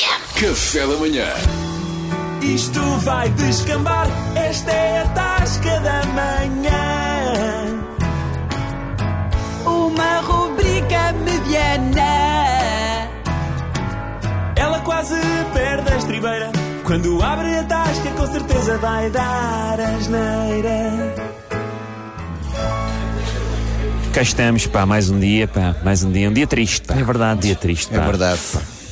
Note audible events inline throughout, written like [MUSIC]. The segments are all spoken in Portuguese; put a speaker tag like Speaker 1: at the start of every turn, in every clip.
Speaker 1: Café da manhã.
Speaker 2: Isto vai descambar, esta é a tasca da manhã.
Speaker 3: Uma rubrica mediana.
Speaker 2: Ela quase perde a estribeira. Quando abre a tasca, com certeza vai dar asneira.
Speaker 4: Cá estamos, pá, mais um dia, pá, mais um dia, um dia triste, pá. É verdade. dia triste, pá.
Speaker 5: É verdade.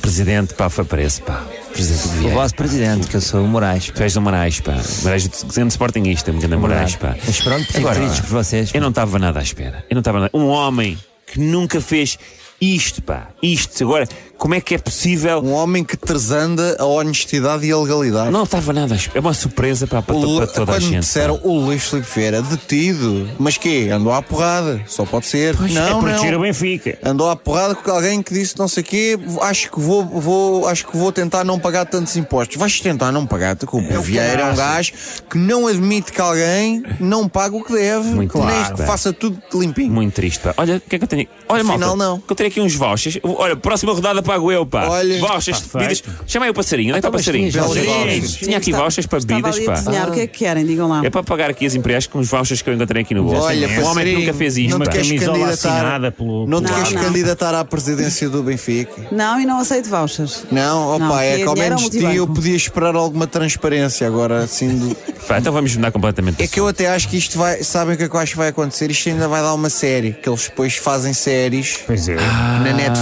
Speaker 4: Presidente, pá, foi preso, pá. Presidente do
Speaker 5: O
Speaker 4: Vieira.
Speaker 5: vosso presidente, que eu sou o Moraes. pá.
Speaker 4: Tu és do Moraes, pá. Moraes, grande sportinguista, me Moraes, pá.
Speaker 5: Mas pronto, fico
Speaker 4: Agora,
Speaker 5: tristes por vocês.
Speaker 4: Eu não estava nada à espera. Eu não estava nada. Um homem que nunca fez isto, pá. Isto. Agora, como é que é possível.
Speaker 5: Um homem que transanda a honestidade e a legalidade.
Speaker 4: Não estava nada à espera. É uma surpresa pá, para,
Speaker 5: O
Speaker 4: to-
Speaker 5: Lu-
Speaker 4: para toda a
Speaker 5: Quando
Speaker 4: gente.
Speaker 5: me
Speaker 4: pá.
Speaker 5: disseram o Luís Felipe Vieira detido, mas quê? Andou à porrada, só pode ser.
Speaker 4: Pois, é
Speaker 5: não,
Speaker 4: proteger o
Speaker 5: não.
Speaker 4: Benfica.
Speaker 5: Andou à porrada com alguém que disse não sei quê, acho que vou, vou, acho que vou tentar não pagar tantos impostos. Vais tentar não pagar, te culpa. o Vieira é um gajo que não admite que alguém não pague o que deve,
Speaker 4: Muito
Speaker 5: nem
Speaker 4: claro.
Speaker 5: que faça tudo limpinho.
Speaker 4: Muito triste, pá. Olha, o que é que eu tenho? Olha,
Speaker 5: Afinal,
Speaker 4: malta,
Speaker 5: não.
Speaker 4: que eu tenho aqui uns vouchers. Olha, próxima rodada pago eu, pá.
Speaker 5: Olha. Então,
Speaker 4: Vouchers, bebidas. Chamei o passarinho. Onde é que está o passarinho?
Speaker 5: tinhas vouchers.
Speaker 4: Sim, Tinha aqui vouchers para
Speaker 3: Estava
Speaker 4: bebidas,
Speaker 3: ali a
Speaker 4: pá.
Speaker 3: desenhar. O que é que querem? Digam lá.
Speaker 4: É para pagar aqui as empresas com os vouchers que eu encontrei aqui no bolso.
Speaker 5: Olha,
Speaker 4: um homem que
Speaker 5: passarinho,
Speaker 4: nunca fez isto, assim,
Speaker 5: não te
Speaker 4: pá.
Speaker 5: queres
Speaker 6: Camisola assinada
Speaker 5: candidatar,
Speaker 6: pelo-
Speaker 5: não te
Speaker 3: Não,
Speaker 5: queres
Speaker 3: não.
Speaker 5: candidatar à presidência do Benfica.
Speaker 3: Não, e não aceito vouchers.
Speaker 5: Não, opa,
Speaker 3: Não,
Speaker 5: é que ao
Speaker 3: dinheiro
Speaker 5: menos
Speaker 3: ao
Speaker 5: de ti eu
Speaker 3: multibanco.
Speaker 5: podia esperar alguma transparência agora, assim. do-
Speaker 4: Pá, Então vamos mudar completamente de
Speaker 5: É que eu até acho que isto vai. Sabem o que é que eu acho que vai acontecer? Isto ainda vai dar uma série, que eles depois fazem séries
Speaker 6: Pois é.
Speaker 5: na Netflix.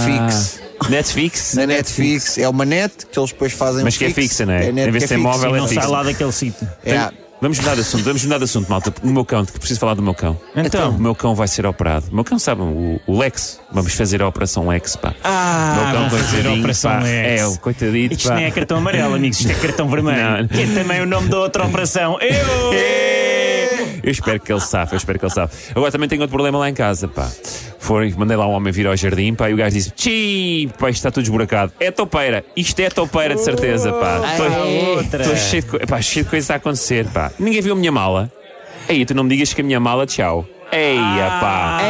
Speaker 4: assunto.
Speaker 5: [LAUGHS]
Speaker 4: Netflix?
Speaker 5: Ah. Na Netflix. É uma net que eles depois fazem.
Speaker 4: Mas que é
Speaker 5: fix.
Speaker 4: fixa, não é?
Speaker 5: net
Speaker 4: Em vez
Speaker 5: que
Speaker 4: de ser
Speaker 5: fixa.
Speaker 4: móvel, é
Speaker 6: Não
Speaker 4: fixa.
Speaker 6: sai lá daquele sítio.
Speaker 5: É.
Speaker 4: Vamos mudar de assunto, vamos mudar de assunto, malta. No meu cão, que preciso falar do meu cão.
Speaker 6: Então.
Speaker 4: o meu cão vai ser operado. O meu cão sabe, o, o Lex. Vamos fazer a operação Lex, pá. Ah, meu cão
Speaker 6: vamos fazer a
Speaker 4: coitadinho,
Speaker 6: operação
Speaker 4: pá.
Speaker 6: Lex.
Speaker 4: É, o coitadito,
Speaker 6: Isto
Speaker 4: pá.
Speaker 6: não é cartão amarelo, amigos. Isto é cartão vermelho.
Speaker 4: Não.
Speaker 6: Que é também o nome da outra operação.
Speaker 4: [LAUGHS]
Speaker 6: Eu!
Speaker 4: Eu espero que ele safe, eu espero que ele safe. Agora também tenho outro problema lá em casa, pá. Foi, mandei lá um homem vir ao jardim, pá, e o gajo disse: Tchi, pá, isto está tudo esburacado. É topeira, isto é topeira de certeza, pá.
Speaker 6: é outra.
Speaker 4: Estou cheio, de co- pá, cheio de coisas a acontecer, pá. Ninguém viu a minha mala. Aí, tu não me digas que a minha mala, tchau. Eia, pá.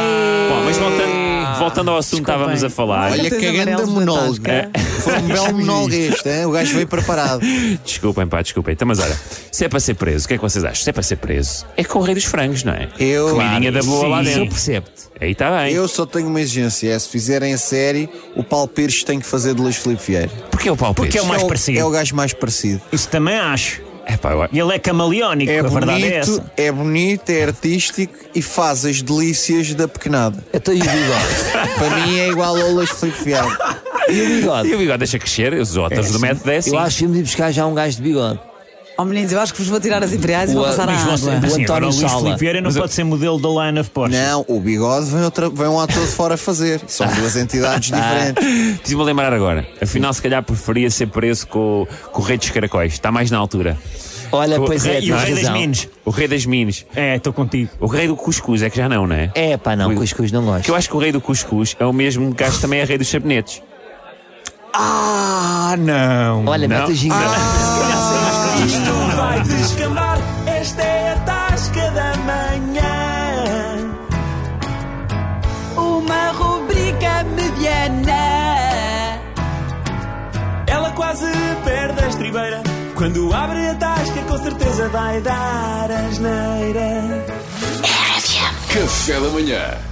Speaker 4: Bom, mas voltando, voltando ao assunto que estávamos a falar.
Speaker 5: Olha
Speaker 3: Cartões
Speaker 5: que grande
Speaker 3: amarelos na
Speaker 5: monólogo.
Speaker 4: É.
Speaker 5: Foi um
Speaker 4: [LAUGHS]
Speaker 5: belo monólogo este, hein? o gajo veio preparado.
Speaker 4: Desculpem, pá, desculpem. Então, mas olha, se é para ser preso, o que é que vocês acham? Se é para ser preso, é com o rei dos frangos, não é?
Speaker 5: Eu-
Speaker 4: Comidinha da boa lá
Speaker 6: Sim.
Speaker 4: dentro.
Speaker 6: Eu
Speaker 4: percebo-te. Aí está bem.
Speaker 5: Eu só tenho uma exigência: é se fizerem a série, o Paulo Pires tem que fazer de Luís Felipe Vieira.
Speaker 4: Porquê o pau
Speaker 6: Porque é o mais
Speaker 5: é,
Speaker 6: parecido.
Speaker 5: é o gajo mais parecido.
Speaker 6: Isso também acho.
Speaker 4: É pá, eu-
Speaker 6: E ele é camaleónico,
Speaker 5: É
Speaker 6: a verdade é
Speaker 5: bonito,
Speaker 6: essa.
Speaker 5: é, bonito, é artístico e faz as delícias da pequenada.
Speaker 7: Até e o
Speaker 6: [LAUGHS]
Speaker 7: bigode.
Speaker 5: Para mim é igual ao Luís Felipe Vieira.
Speaker 7: E o
Speaker 4: E o
Speaker 7: bigode.
Speaker 4: bigode deixa crescer, os outros do é assim. metro descem.
Speaker 7: Eu acho que íamos ir buscar já um gajo de bigode.
Speaker 3: Oh, meninos, eu acho que vos vou tirar as imperiais e
Speaker 7: O
Speaker 3: vou
Speaker 7: a-
Speaker 3: passar à
Speaker 7: Luís,
Speaker 3: água.
Speaker 7: você-
Speaker 6: Mas,
Speaker 7: O
Speaker 6: assim, agora
Speaker 7: António
Speaker 6: o Luís
Speaker 7: Sala.
Speaker 6: Felipe Vieira não pode ser modelo da Line of Porsche.
Speaker 5: Não, o bigode vem, outra, vem um ator de fora fazer. São duas
Speaker 6: [LAUGHS]
Speaker 5: entidades diferentes.
Speaker 4: Preciso-me lembrar agora. Afinal, se calhar preferia ser preso com, com o rei dos caracóis. Está mais na altura.
Speaker 7: Olha,
Speaker 4: O-
Speaker 7: pois é,
Speaker 6: E o
Speaker 7: tens
Speaker 6: Rei das
Speaker 7: razão.
Speaker 6: Minas.
Speaker 4: O rei das minas.
Speaker 6: É, estou contigo.
Speaker 4: O rei do cuscuz é que já não, não é?
Speaker 7: É pá, não, cuscuz não
Speaker 4: Porque eu
Speaker 7: gosto.
Speaker 4: acho que o rei do cuscuz é o mesmo gajo que também é rei dos sabonetes.
Speaker 6: Ah, não. Ah,
Speaker 7: Olha,
Speaker 4: Não.
Speaker 7: mete o ginga.
Speaker 2: Isto vai descambar, esta é a tasca da manhã.
Speaker 3: Uma rubrica mediana.
Speaker 2: Ela quase perde a estribeira. Quando abre a tasca, com certeza vai dar asneira.
Speaker 1: Café da manhã.